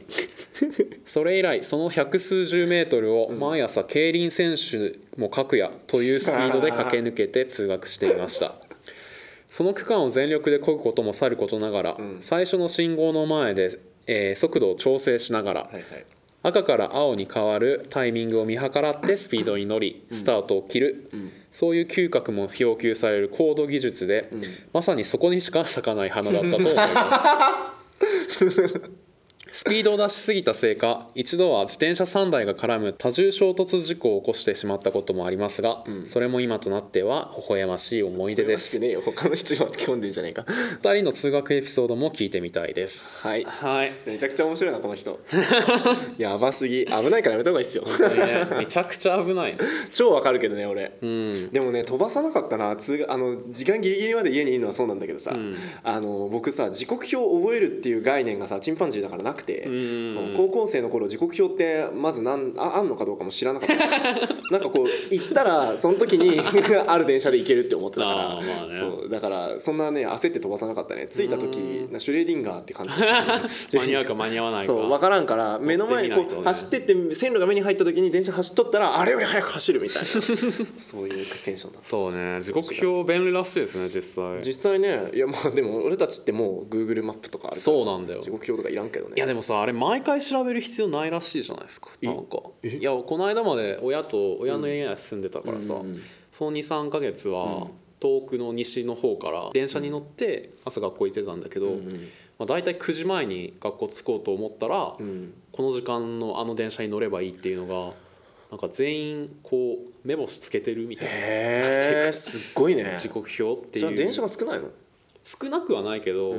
S2: それ以来その百数十メートルを毎朝競輪選手も各やというスピードで駆け抜けて通学していましたその区間を全力で漕ぐこともさることながら、最初の信号の前で、えー速度を調整しながら、
S1: はいはい
S2: 赤から青に変わるタイミングを見計らってスピードに乗りスタートを切る、そういう嗅覚も要求される高度技術で、まさにそこにしか咲かない花だったと思い
S1: (laughs)
S2: ます。スピードを出しすぎたせいか一度は自転車3台が絡む多重衝突事故を起こしてしまったこともありますが、それも今となっては微笑ましい思い出
S1: で
S2: ですす
S1: ねえよ他の人に巻き込んでんじゃねえか
S2: 2人の通学エピソードも聞いてみたいです
S1: はい
S2: はい
S1: めちゃくちゃ面白いなこの (laughs) 人やばすぎ危ないからやめた方がいいっすよ
S2: めちゃくちゃ危ないね
S1: (laughs) 超わかるけどね俺
S2: うん
S1: でもね飛ばさなかったな通あの時間ギリギリまで家にいるのはそうなんだけどさ、
S2: ん
S1: あの僕さ時刻表を覚えるっていう概念がさチンパンジーだからなくて、
S2: ん
S1: 高校生の頃時刻表ってまずなんああんのかどうかも知らなかった
S2: (laughs)
S1: なんかこう行ったらその時に (laughs) ある電車で行けるって思ってたから、
S2: あーまあね
S1: そうだからそんなね焦って飛ばさなかったね着いた時なシュレーディンガーって感じ
S2: (laughs) 間に合うか間に合わないか
S1: そう分からんから目の前にこ、
S2: 乗ってみないうとね
S1: 走ってって線路が目に入った時に電車走っとったらあれより早く走るみた
S2: (laughs)
S1: いなそういうテンションだった
S2: そうね時刻表便利らしいですね実際
S1: 実際ねいやまあでも俺たちってもう Google マップとかあるから
S2: そうなんだよ
S1: 時刻表とかいらんけどね
S2: いやでもさあれ毎回調べる必要ないらしいじゃないですかなんかいやこの間まで親と親の家に住んでたからさ、その23ヶ月は遠くの西の方から電車に乗って朝学校行ってたんだけど、まあ、大体9時前に学校着こうと思ったら、 (laughs)
S1: ん
S2: この時間のあの電車に乗ればいいっていうのがなんか全員こう目星つけてるみたいな
S1: へえすっごいね
S2: 時刻表って
S1: じゃあ
S2: いう
S1: 電車が少ないの
S2: 少なくはないけど、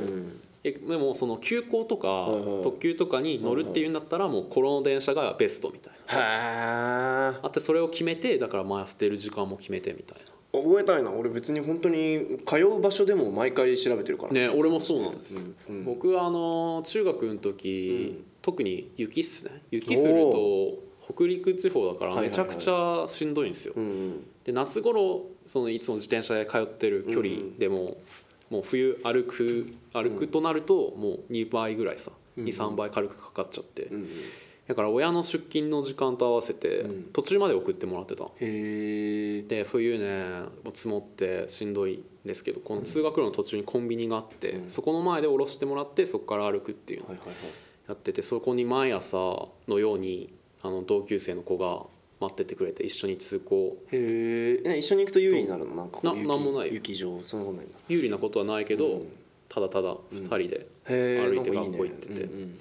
S2: えでもその急行とか
S1: はいはい
S2: 特急とかに乗るっていうんだったらもうこの電車がベストみたいな
S1: へえ
S2: あってそれを決めてだから前捨てる時間も決めてみたい
S1: 覚えたいな俺別に本当に通う場所でも毎回調べてるから
S2: なね俺もそうなんです、
S1: うんうん
S2: 僕はあの中学の時、特に雪っすね雪降ると北陸地方だから
S1: はいはい
S2: め
S1: はい
S2: ちゃくちゃしんどいんですよ、
S1: うんうん
S2: で夏頃そのいつも自転車で通ってる距離でも、もう冬歩く歩くとなるともう2倍ぐらいさ、23倍軽くかかっちゃって、
S1: うん
S2: だから親の出勤の時間と合わせて途中まで送ってもらってた、
S1: へえ
S2: で冬ねもう積もってしんどいんですけどこの通学路の途中にコンビニがあって、そこの前で降ろしてもらってそこから歩くっていうのを
S1: はいはいはい
S2: やっててそこに毎朝のようにあの同級生の子が待っててくれて一緒に通行
S1: へえ一緒に行くと有利になるのなんかこう
S2: な
S1: 雪
S2: なんもない
S1: 雪上そんなことないんだ
S2: 有利なことはないけど、
S1: うん
S2: ただただ2人で
S1: へえ
S2: 歩いて
S1: なんか
S2: 学校
S1: いい
S2: 行っ
S1: ね
S2: ててっ
S1: うんうん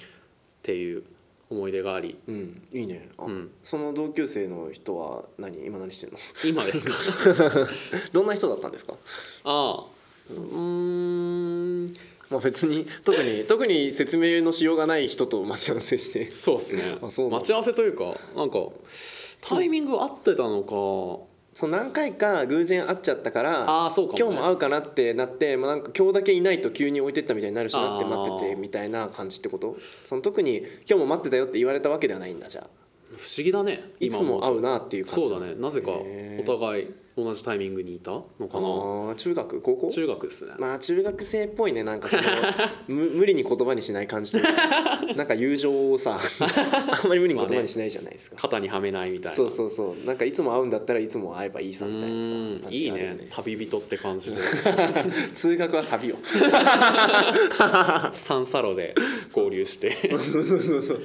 S2: ていう思い出があり
S1: うん、いいねあ、
S2: ん
S1: その同級生の人は何今何してんの (laughs)
S2: 今ですか
S1: どんな人だったんですか、
S2: ああうーん
S1: まあ、別に特
S2: (laughs)
S1: に特に説明のしようがない人と待ち合わせして
S2: そうですね
S1: あそうなんだ
S2: 待ち合わせというかなんかタイミング合ってたのか
S1: そう何回か偶然会っちゃったから
S2: あーそうかもね
S1: 今日も会うかなってなって、まあ、なんか今日だけいないと急に置いてったみたいになるしなって
S2: あー
S1: 待っててみたいな感じってことその特に「今日も待ってたよ」って言われたわけではないんだじゃあ
S2: 不思議だね
S1: いつ
S2: 思う
S1: も
S2: と
S1: 会うなっていう感
S2: そ
S1: じ
S2: うだねなぜかお
S1: へー
S2: 互い同じタイミングにいたのかな
S1: あー中学高校
S2: 中学ですね
S1: まあ中学生っぽいねなんか
S2: (laughs)
S1: そのむ無理に言葉にしない感じというかなんか友情を
S2: (laughs)
S1: さあんまり無理に言葉にしないじゃないですか、
S2: 肩にはめないみたいな
S1: そうそうそうなんかいつも会うんだったらいつも会えばいいさみたいなさ
S2: うん
S1: 感
S2: い
S1: じ
S2: い
S1: があるよ
S2: ね旅人って感じで
S1: (laughs) 通学は旅を
S2: 三サロで合流して
S1: そうそうそうそう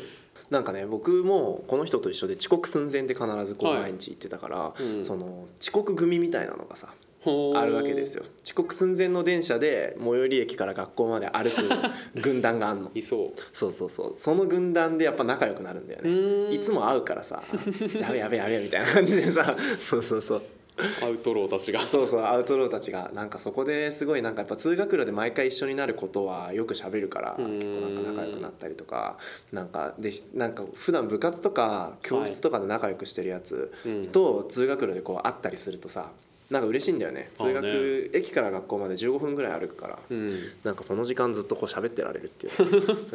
S1: なんかね僕もこの人と一緒で遅刻寸前で必ずこう
S2: はい
S1: 毎日行ってたから、
S2: うん
S1: その遅刻組みたいなのがさあ
S2: あ
S1: るわけですよ遅刻寸前の電車で最寄り駅から学校まで歩く軍団があんの
S2: いそう
S1: そうそうそうその軍団でやっぱ仲良くなるんだよ
S2: う
S1: ね
S2: ーん
S1: いつも会うからさ (laughs) やべやべやべみたいな感じでさ (laughs) そうそうそう
S2: アウトローたちが
S1: そうそうアウトローたちがなんかそこですごいなんかやっぱ通学路で毎回一緒になることはよく喋るから
S2: うーん
S1: 結構なんか仲良くなったりとかなんかでしなんか普段部活とか教室とかで仲良くしてるやつ
S2: うん
S1: と通学路でこう会ったりするとさなんか嬉しいんだよね
S2: あー
S1: 通
S2: ね
S1: 学駅から学校まで15分ぐらい歩くから
S2: うん
S1: なんかその時間ずっとこう喋ってられるっ
S2: (laughs)
S1: ていうそ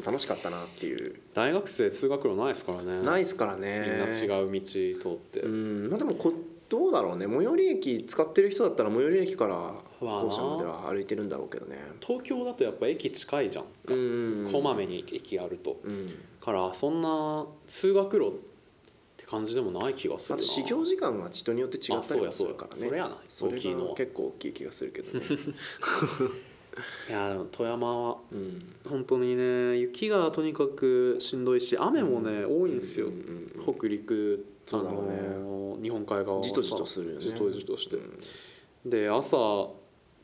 S1: れ楽しかったなっていう
S2: 大学生通学路ないですからね
S1: ないっすからね
S2: みんな違う道通って、
S1: うんまあでもこどうだろうね最寄り駅使ってる人だったら最寄り駅から
S2: まあな
S1: 校舎までは歩いてるんだろうけどね
S2: 東京だとやっぱ駅近いじゃん、
S1: うん
S2: こまめに駅あると
S1: うん
S2: からそんな通学路って感じでもない気がす
S1: あ
S2: る
S1: と
S2: な
S1: 始業時間が人によって違ったりも
S2: あ
S1: す
S2: そうやそうや
S1: るからね
S2: それやな
S1: それ
S2: 大きいの
S1: が
S2: は
S1: 結構大きい気がするけ
S2: (laughs)
S1: どね
S2: いやでも富山は
S1: うん
S2: 本当にね雪がとにかくしんどいし雨もね、多いんですよ、
S1: うんうん
S2: 北陸あ
S1: そうだろうね
S2: の、日本海側はさ
S1: じとじとするよね
S2: じとじとして、
S1: うん
S2: で朝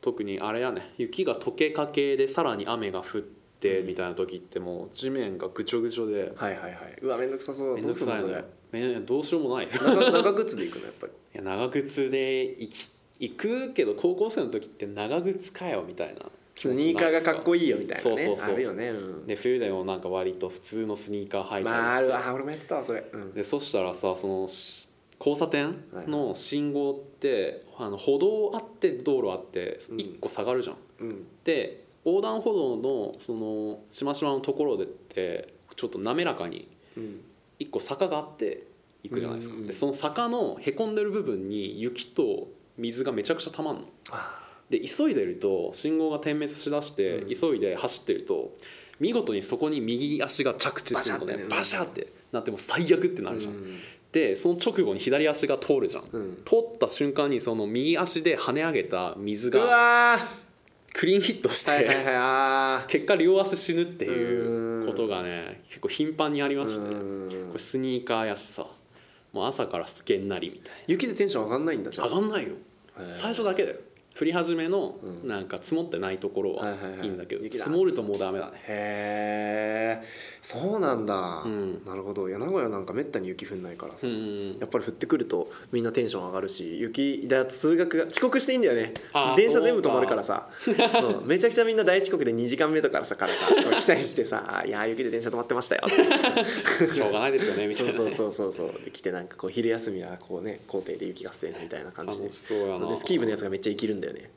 S2: 特にあれやね雪が溶けかけでさらに雨が降ってみたいな時ってもう地面がぐちょぐちょで
S1: はいはいはいうわめんどくさそう
S2: めんどくさい
S1: どうすん
S2: のよ
S1: の
S2: めんどうしようもないい
S1: それ長長靴で行くのやっぱ
S2: (laughs)
S1: り
S2: や長靴で行き行くけど高校生の時って長靴かよみたいな
S1: スニーカーがかっこいいよみたいなね
S2: そうそうそう
S1: あるよね、うん
S2: で冬でもなんか割と普通のスニーカー履い
S1: まああ
S2: たりして、
S1: るあ俺もやってたわそれ、うん、
S2: でそしたらさそのし交差点の信号って、あの歩道あって道路あって
S1: うん
S2: 1個下がるじゃん。
S1: うん
S2: で横断歩道のそのしましまのところでってちょっと滑らかに
S1: うん
S2: 1個坂があって行くじゃないですか。
S1: うんうん
S2: でその坂のへこんでる部分に雪と水がめちゃくちゃたまんの。
S1: あ
S2: で急いでると信号が点滅しだして、
S1: うん
S2: 急いで走ってると見事にそこに右足が着地するので
S1: バシャってね
S2: バシャってなってもう最悪ってな
S1: ー
S2: るじゃん、
S1: うん
S2: でその直後に左足が通るじゃん、
S1: うん
S2: 通った瞬間にその右足で跳ね上げた水
S1: う
S2: が
S1: わー
S2: クリーンヒットして、
S1: はいはいはいあ
S2: (laughs) 結果両足死ぬっていううんことがね結構頻繁にありまして、こ
S1: ー
S2: れスニーカーやしさもう朝からスケになりみたい
S1: 雪でテンション上がんないんだじゃ
S2: な
S1: あ
S2: 上がんないよ
S1: へー
S2: 最初だけだよ降り始めの
S1: うん
S2: なんか積もってないところは
S1: はいはいはい
S2: いいんだけど、
S1: 雪だ
S2: 積もるともうダメ
S1: (laughs)
S2: だね
S1: へえそうなんだ、
S2: ん
S1: なるほどいや名古屋なんかめったに雪降んないから
S2: う
S1: さ、
S2: んうん
S1: やっぱり降ってくるとみんなテンション上がるし雪だと通学が遅刻していいんだよね
S2: あー
S1: 電車全部止まるからさそうめちゃくちゃみんな大遅刻で2時間目とかさからさ (laughs) 来たりしてさ「いやー雪で電車止まってましたよ」って言ってさ
S2: うんしょうがないですよねみたい
S1: そう
S2: な
S1: そうそうそうそうで来てなんかこう昼休みはこうね校庭で雪合戦みたいな感じで
S2: 楽しそうやな
S1: でスキー部のやつがめっちゃ生きるんだよね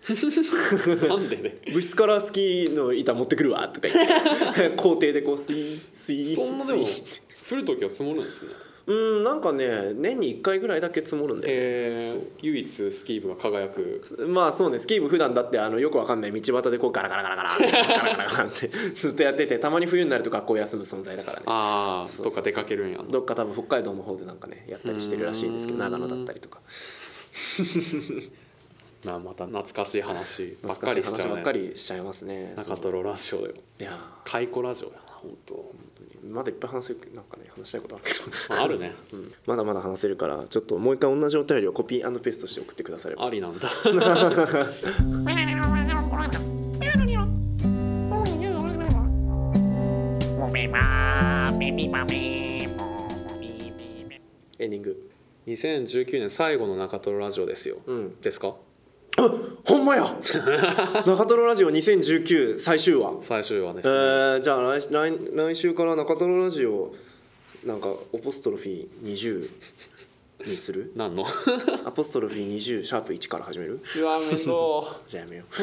S2: なんでね
S1: 部室からスキーの板持ってくるわとか言って校庭でこうスイースイー
S2: そんなでも
S1: スイー
S2: 降る時は積もるんですね
S1: うんなんかね年に1回ぐらいだけ積もるんだよね、
S2: えー唯一スキー部が輝く
S1: まあそうねスキー部普段だってあのよくわかんない道端でこうガラガラガラガラガラガラガラってずっとやっててたまに冬になると学校休む存在だからね
S2: ああ
S1: そう
S2: と
S1: そうそ
S2: か
S1: う
S2: 出かけるんやな
S1: どっか多分北海道の方でなんかねやったりしてるらしいんですけど
S2: うーん
S1: 長野だったりとか
S2: まあまた懐かしい話ばっかりしち
S1: 懐かい話ば
S2: ゃう
S1: っ
S2: ね
S1: かりしちゃいますね
S2: 中トロラジオだよ
S1: いやー
S2: 解雇ラジオやな本当
S1: まだいっぱい話せるなんかね話したいことあるけど
S2: まああるね
S1: まだまだ話せるからちょっともう一回同じお便りをコピーペーストして送ってくだされば
S2: ありなんだ
S3: Mommy,
S1: エンディング
S2: 2019年最後の中トロラジオですよ、
S1: うん
S2: ですか
S1: あほんまや (laughs) 中トロラジオ2019最終話
S2: 最終話で
S1: え
S2: すね、
S1: ー、じゃあ来来来週から中トロラジオなんかオポストロフィー20にする (laughs)
S2: 何の
S1: アポストロフィー20シャープ1から始める
S2: うわ面倒
S1: じゃあやめよ
S2: (laughs)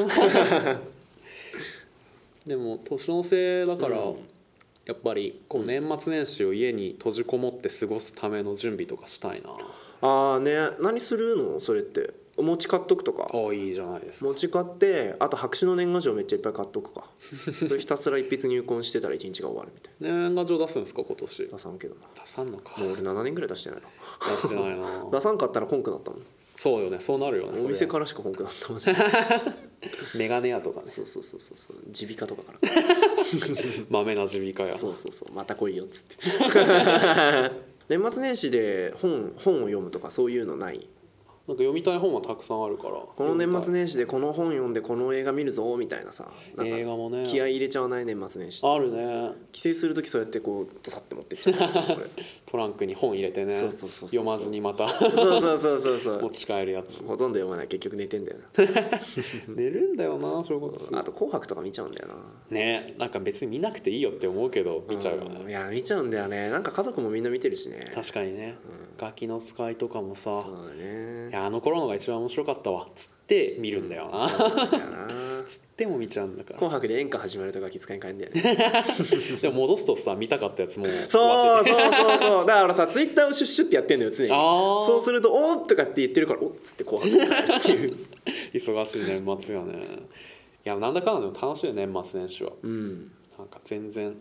S2: でも年のせいだから、
S1: うん
S2: やっぱりこう年末年始を家に閉じこもって過ごすための準備とかしたいな
S1: うああね何するのそれってお餅買っとくとか
S2: あいいじゃないですか
S1: 餅買ってあと白紙の年賀状めっちゃいっぱい買っとく (laughs) かそれひたすら一筆入魂してたら一日が終わるみたい
S2: 年賀状出すんですか今年
S1: な
S2: 出
S1: 出さんけどなも
S2: さんのか
S1: う俺7年ぐらい出してないな
S2: 出してないな
S1: 出さんかったらコンクだったもん
S2: (laughs) そうよねそうなるよねそれ
S1: お店からしかコンクだったマジで
S2: メガネ屋とかね
S1: (laughs) そうそうそうそうそう耳鼻科とかから
S2: 豆な耳鼻科
S1: (laughs)
S2: や
S1: そうそうそうまた来いよっつって (laughs) 年末年始で本本を読むとかそういうのない
S2: なんか読みたい本はたくさんあるから
S1: この年末
S2: ね
S1: 年始でこの本読んでこの映画見るぞみたいなさなんか
S2: 映画もね
S1: 気合い入れちゃわない年末年始
S2: あるね
S1: 帰省する時そうやってこうドサッて持ってっちゃうんですよこれ (laughs)
S2: トランクに本入れてね
S1: そうそうそうそう
S2: 読まずにまた
S1: そうそうそうそうそ
S2: 持
S1: う
S2: ち帰るや
S1: (laughs)
S2: つ
S1: ほとんど読まない結局寝てんだよ
S2: 寝るんだよな正月
S1: なあと「紅白」とか見ちゃうんだよな
S2: ねなんか別に見なくていいよって思うけど見ちゃうよね、
S1: んいや見ちゃうんだよねなんか家族もみんな見てるしね
S2: 確かにね、ガキの使いとかもさ
S1: そうだね
S2: いやあの頃のが一番面白かったわつって見るんだよな、
S1: そうなんだよな
S2: つっても見ちゃうんだから
S1: 紅白で演歌始まるとガキ使いに変えんだよね
S2: でも戻すとさ見たかったやつもう (laughs) 終わ
S1: (laughs) そう
S2: ってて
S1: そうそうそうだからさツイッターをシュッシュってやってんのよ常に
S2: あー
S1: そうすると「おっ!」とかって言ってるから「おっ!」つって紅白
S2: (laughs)
S1: になるっていう
S2: 忙しい年末よねいやなんだかんだでも楽しいよ年末年始は
S1: うん
S2: なんか全然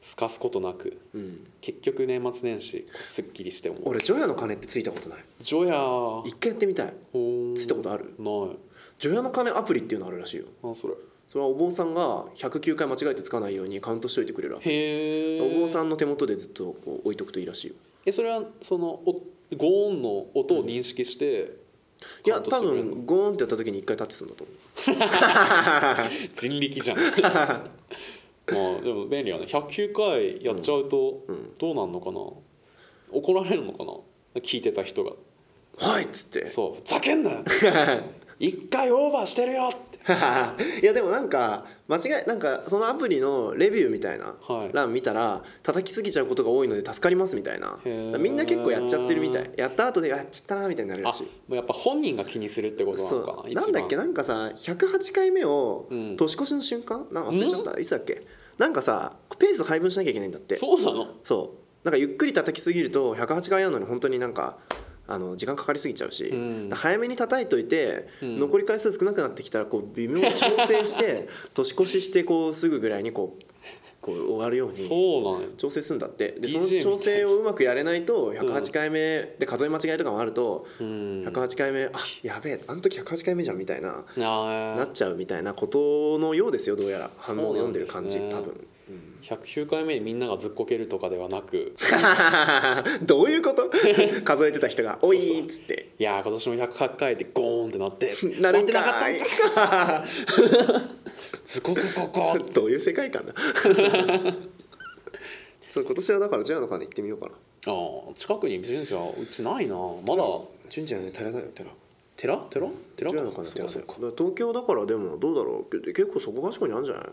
S2: すかすことなく
S1: うん
S2: 結局年末年始こうすっきりしても
S1: 俺除夜の鐘ってついたことない
S2: ジョヤー
S1: 一回やってみたい
S2: ほー
S1: ついたことある
S2: ない
S1: 除夜の鐘アプリっていうのあるらしいよ
S2: なんそれ
S1: それはお坊さんが109回間違えてつかないようにカウントしといてくれるアプリ
S2: へえ
S1: お坊さんの手元でずっとこう置いとくといいらしいよ
S2: えそれはそのおご音の音を認識して、
S1: いや
S2: カウントし
S1: 多
S2: てくれるの
S1: 分ゴーンってやった時に一回タッチするんだと思う
S2: 人
S1: (laughs)
S2: 力じゃんまあでも便利やね109回やっちゃうとどうなんのかな、怒られるのかな聞いてた人が
S1: 「はい!」っつって (laughs)
S2: そうふざけんなよ一回オーバーしてるよって
S1: いやでもなんか間違いなんかそのアプリのレビューみたいな
S2: はい
S1: 欄見たら叩きすぎちゃうことが多いので助かりますみたいな
S2: へー
S1: みんな結構やっちゃってるみたいやった後でやっちゃったなみたいになる
S2: あ
S1: らし
S2: も
S1: いう
S2: やっぱ本人が気にするってことなのか
S1: そ
S2: な
S1: う
S2: 一
S1: な
S2: 番
S1: んだっけなんかさ108回目を
S2: うん
S1: 年越しの瞬間なんか忘れちゃったいつだっけなんかさペース配分しなきゃいけないんだって
S2: そうなの
S1: そうなんかゆっくり叩きすぎると108回やるのに本当になんかあの時間かかりすぎちゃうし、
S2: うん
S1: 早めに叩いといて、
S2: ん
S1: 残り回数少なくなってきたらこう微妙に調整して
S2: (laughs)
S1: 年越ししてこうすぐぐらいにこうこう終わるように
S2: そうなのよ
S1: 調整するんだってで
S2: DJ
S1: その調整をうまくやれないと108回目で数え間違いとかもあると
S2: うん
S1: 108回目あやべえあの時108回目じゃんみたいな
S2: あ
S1: な
S2: ー
S1: っちゃうみたいなことのようですよどうやら反応を読んでる感じ、
S2: そうな
S1: 多
S2: んです
S1: 分。
S2: 109回目にみんながずっこけるとかではなく
S1: (laughs) どういうこと数えてた人が「おい!」っつって
S2: いやー今年も108回でゴーンってなって
S1: 「 (laughs) なるん
S2: 待ってなかっ
S1: か
S2: たん
S1: い
S2: か」ずここここ (laughs)
S1: どういう世界観 (laughs) だそう今年はだからジェアの金行ってみようかな
S2: ああ近くに店じゃうちないなまだ
S1: 純ちゃんね寺だよ寺
S2: 寺寺寺
S1: ジェアの
S2: か
S1: 金
S2: そ
S1: 寺
S2: うか
S1: だ
S2: そう
S1: よ
S2: か
S1: 東京だからでもどうだろうけど結構そこがしこにあるんじゃない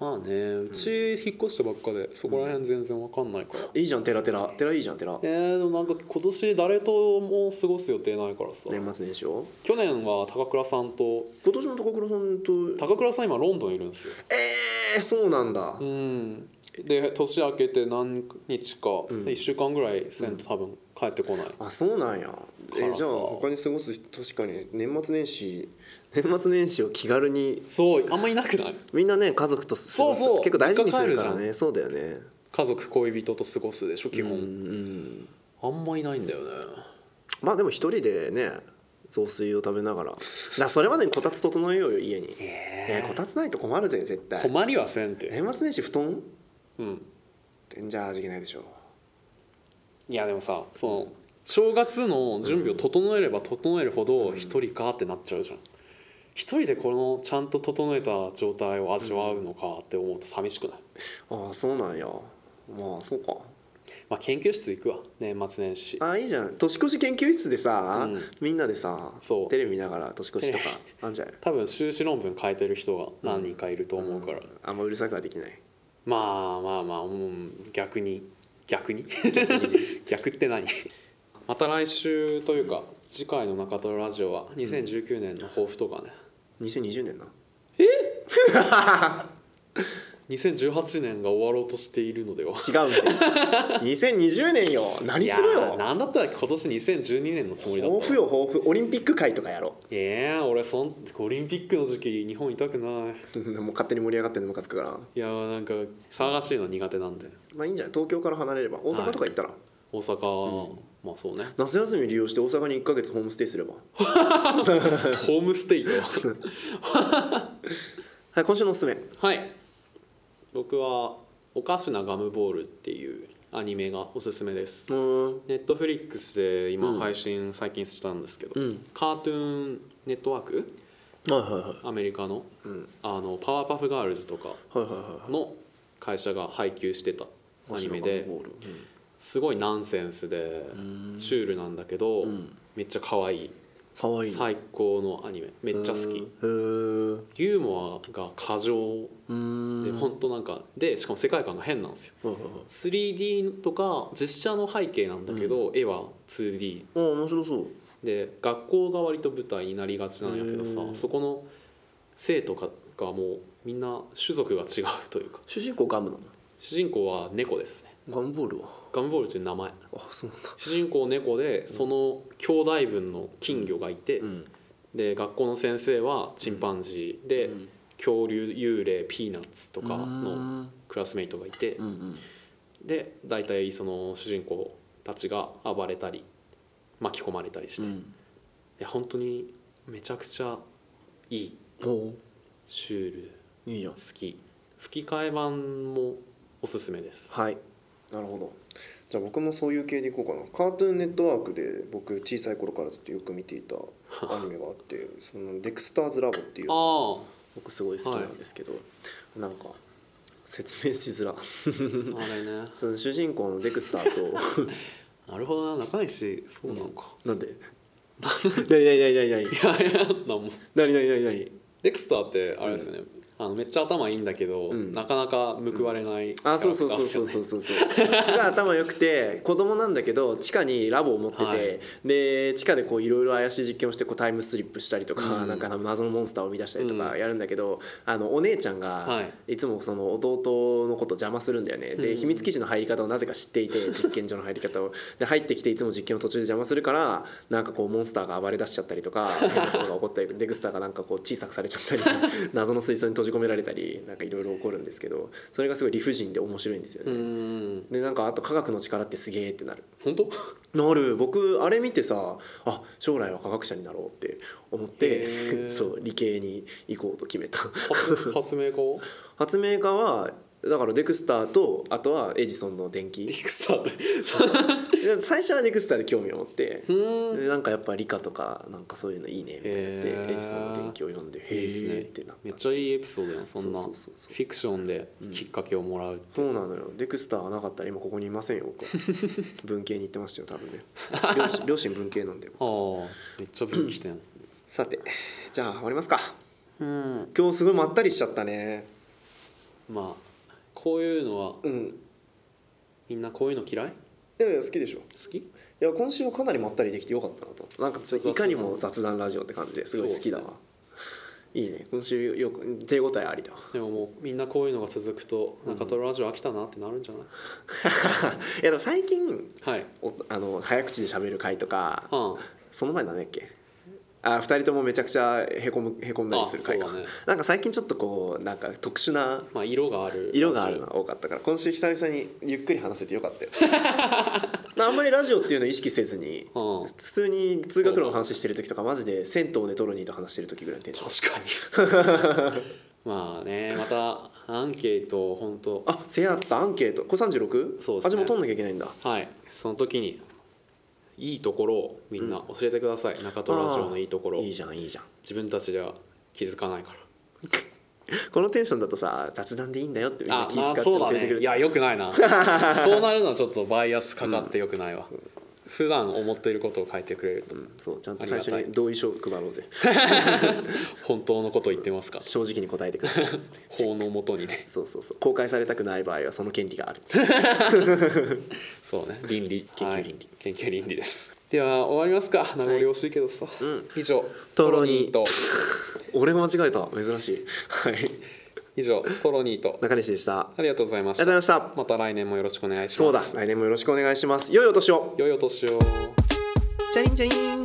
S2: まあねうち引っ越したばっかでそこら辺全然わかんないから、
S1: いいじゃん寺寺寺いいじゃん寺
S2: えー、でもなんか今年誰とも過ごす予定ないからさ、
S1: 年末年始を
S2: 去年は高倉さんと
S1: 今年も高倉さんと
S2: 高倉さん今ロンドンいるんですよ
S1: えー、そうなんだ
S2: うんで年明けて何日か、
S1: ん
S2: 1週間ぐらいせんと多分帰ってこない、
S1: あそうなんや
S2: か
S1: え
S2: らさ
S1: じゃあ他に過ごす確かに年末年始年末年始を気軽に
S2: そうあんまいなくない
S1: みんなね家族と過ごす
S2: そうそう
S1: 結構大事にするから
S2: 実家帰
S1: ねそうだよね
S2: 家族恋人と過ごすでしょ基本、
S1: うんうん
S2: あんまいないんだよね
S1: まあでも一人でね雑炊を食べな
S2: (laughs)
S1: がらだからそれまでにこたつ整えようよ家に、えーこたつないと困るぜ絶対
S2: 困りはせんて、
S1: 年末年始布団
S2: うん、
S1: じゃあ味気ないでしょ
S2: いやでもさその正月の準備を整えれば整えるほど一人かってなっちゃうじゃん一人でこのちゃんと整えた状態を味わうのかって思うと寂しくない、
S1: ああそうなんやまあそうか
S2: まあ、研究室行くわ年末年始
S1: ああいいじゃん年越し研究室でさ、
S2: うん
S1: みんなでさ
S2: そう
S1: テレビ見ながら年越しとか
S2: (laughs) テ
S1: あんじゃない
S2: 多分修士論文書いてる人が何人かいると思うから、
S1: あんまうるさくはできない
S2: (laughs) ま (laughs) あまあまあ、うん、逆に逆に逆って何また来週というか次回の中トロラジオは2019年の抱負とかね、
S1: 2020年な
S2: 2018年が終わろうとしているのでは
S1: 違うんです2020年よ何する
S2: (laughs) いやー
S1: よ
S2: なんだったら今年2012年のつもりだった
S1: 抱負よ抱負オリンピック会とかやろ
S2: いやー俺そんオリンピックの時期日本いたくないう
S1: もう (laughs) 勝手に盛り上がってんのムカつくから
S2: いやーなんか騒がしいの苦手なんで
S1: まあいいんじゃない東京から離れれば大阪とか行ったら、
S2: 大阪は、まあそうね
S1: 夏休み利用して大阪に1か月ホームステイすれば
S2: ホームステイと
S1: はい今週のおすすめ
S2: はい僕は「おかしなガムボール」っていうアニメがおすすめです
S1: うん
S2: ネットフリックスで
S1: う
S2: 今
S1: ん
S2: 配信最近したんですけど、
S1: うん
S2: カートゥーンネットワーク
S1: はいはいはい
S2: アメリカの
S1: うん
S2: あのパワーパフガールズとか
S1: はいはいはいはい
S2: の会社が配給してたアニメで
S1: 星野ボール
S2: すごいナンセンスで
S1: ん
S2: シュールなんだけど、
S1: ん
S2: めっちゃ可愛い
S1: かわいい
S2: 最高のアニメめっちゃ好
S1: へ
S2: き
S1: ー
S2: ユーモアが過剰
S1: う
S2: で
S1: ん
S2: 本当なんかでしかも世界観が変なんですよ
S1: はいはいはい
S2: 3D とか実写の背景なんだけど、絵は 2D
S1: ああ面白そう
S2: で学校が割と舞台になりがちなんやけど
S1: へー
S2: さそこの生徒ががもうみんな種族が違うというか
S1: 主人公ガムなの
S2: 主人公は猫ですね
S1: ガムボールは
S2: ガムボールという名前
S1: あそうなんだ
S2: 主人公猫でその兄弟分の金魚がいて、
S1: うん
S2: で学校の先生はチンパンジーで、
S1: うん
S2: 恐竜幽霊ピーナッツと
S1: と
S2: かのクラスメイトがいて、
S1: うんうん
S2: で大体その主人公たちが暴れたり巻き込まれたりして、
S1: う
S2: い
S1: ん
S2: や本当にめちゃくちゃいい
S1: お
S2: シュール
S1: いいやん
S2: 好き吹き替え版もおすすめです
S1: はいなるほどじゃあ僕もそういう系でいこうかなカートゥーンネットワークで僕小さい頃からずっとよく見ていたアニメがあってそのデクスターズラボっていう
S2: ああ
S1: 僕すごい好きなんですけど、なんか説明しづら (laughs)
S2: あれね
S1: その主人公のデクスターと
S2: なるほどな中西そうなのか、
S1: なんで (laughs) なになになになになに
S2: いやいやなんも
S1: なになになになに
S2: デクスターってあれですよね、あのめっちゃ頭いいんだけど、
S1: うん
S2: なかなか報われないキャラ
S1: あ
S2: クタ
S1: そ
S2: ー
S1: う
S2: っす
S1: そ
S2: よ
S1: う
S2: ね、
S1: そうそうそうそうそうすごい頭良くて子供なんだけど地下にラボを持ってて、
S2: はい
S1: で地下でこういろいろ怪しい実験をしてこうタイムスリップしたりとか、
S2: うん
S1: なんか謎のモンスターを生み出したりと
S2: う
S1: か
S2: ん
S1: やるんだけど、あのお姉ちゃん
S2: は
S1: がいつもその弟のことを邪魔するんだよね、
S2: う
S1: で
S2: ん
S1: 秘密基地の入り方をなぜか知ってい
S2: (laughs)
S1: て実験所の入り方をで入ってきていつも実験を途中で邪魔するからなんかこうモンスターが暴れ出しちゃったり
S2: (laughs)
S1: とか変なことが起こったりデグスターがなんかこう小さくされちゃったり謎の水槽に閉じ込められたりなんかいろいろ起こるんですけどそれがすごい理不尽で面白いんですよ
S2: う
S1: ね。
S2: ーん
S1: でなんかあと科学の力ってすげえってなる
S2: 本当
S1: なる僕あれ見てさあ将来は科学者になろうって思っ
S2: へ
S1: て (laughs)
S2: ー
S1: そう理系に行こうと決めた
S2: 発発明家を
S1: 発明家はだからデクスターとあとはエジソンの電 (laughs) 気
S2: デクスターって
S1: で最初はネクスタで興味を持って
S2: う、ーん
S1: でなんかやっぱ理科とかなんかそういうのいいねみたいになっ
S2: へ
S1: て
S2: ー
S1: エジソンの電気を読んでへ
S2: いいです
S1: え
S2: ね
S1: ってなった
S2: めっちゃいいエピソードやんそんな
S1: そう
S2: フ
S1: そうそうそう
S2: ィクションできっかけをもらうって、
S1: そうなのよデクスターがなかったら今ここにいませんよ (laughs) 僕は文系に行ってましたよ多 (laughs) 分ね両親両親文系なんで僕
S2: ああめっちゃ分岐点
S1: さてじゃあ終わりますか
S2: うん
S1: 今日すごいまったりしちゃったね
S2: まあこういうのは
S1: うん
S2: みんなこういうの嫌い
S1: いやいや好きでしょ
S2: 好き
S1: いや今週もかなりまったりできてよかったなとなんかついかにも雑談ラジオって感じですごい好きだわ
S2: そう
S1: いいね今週よく手応えあり
S2: (laughs)
S1: だわ
S2: でももうみんなこういうのが続くと中トロラジオ飽きたなってなるんじゃない、
S1: いやでも最近
S2: はい
S1: おあの早口で喋る回とか
S2: うん
S1: その前なんだっけあ2人ともめちゃくちゃへこむへこんだりする回か、
S2: あそうだね
S1: なんか最近ちょっとこうなんか特殊な
S2: まあ色がある
S1: 色があるのが多かったから今週久々にゆっくり話せてよかっ
S2: (laughs)
S1: たよまああんまりラジオっていうのを意識せずに
S2: うん
S1: 普通に通学路の話してる時とかマジで銭湯でトロニーと話してる時ぐらいのテンション
S2: 確かにまあねまたアンケートを本当
S1: あせやったアンケートこれ 36?
S2: そうですね
S1: あじゃあもう取んなきゃいけないんだ
S2: はいその時にいいところをみんな教えてください、中トロラジオのいいところ
S1: いいじゃんいいじゃん
S2: 自分たちでは気づかないから
S1: このテンションだとさ雑談でいいんだよってみんな
S2: あ
S1: 気使
S2: ま
S1: っ
S2: あ
S1: て
S2: そう
S1: 教
S2: だ
S1: えてくれ
S2: ね
S1: る
S2: いやよくな
S1: (laughs)
S2: いなそうなるのはちょっとバイアスかかってよくないわ、普段思っていることを書いてくれると、
S1: そうちゃんと
S2: あり
S1: 最
S2: がたい
S1: 初に同意書配ろうぜ
S2: 本当のこと言ってますか
S1: 正直に答えてくださいっつって
S2: 法のもとに
S1: (laughs)
S2: ね
S1: そうそうそう公開されたくない場合はその権利がある
S2: そうね倫理
S1: 研究倫理
S2: はい研究倫理ですでは終わりますか名残惜しいけどさ、
S1: ん
S2: 以上
S1: トロニー
S2: と
S1: 俺間違えた珍しいはい
S2: 以上トロニーと
S1: 中西でしたあ
S2: ありがとうございまし
S1: りがとうござい
S2: た
S1: ました
S2: また来年もよろしくお願いします
S1: そうだ来年もよろしくお願いします良いお年を
S2: 良いお年を
S1: チャリンチャリン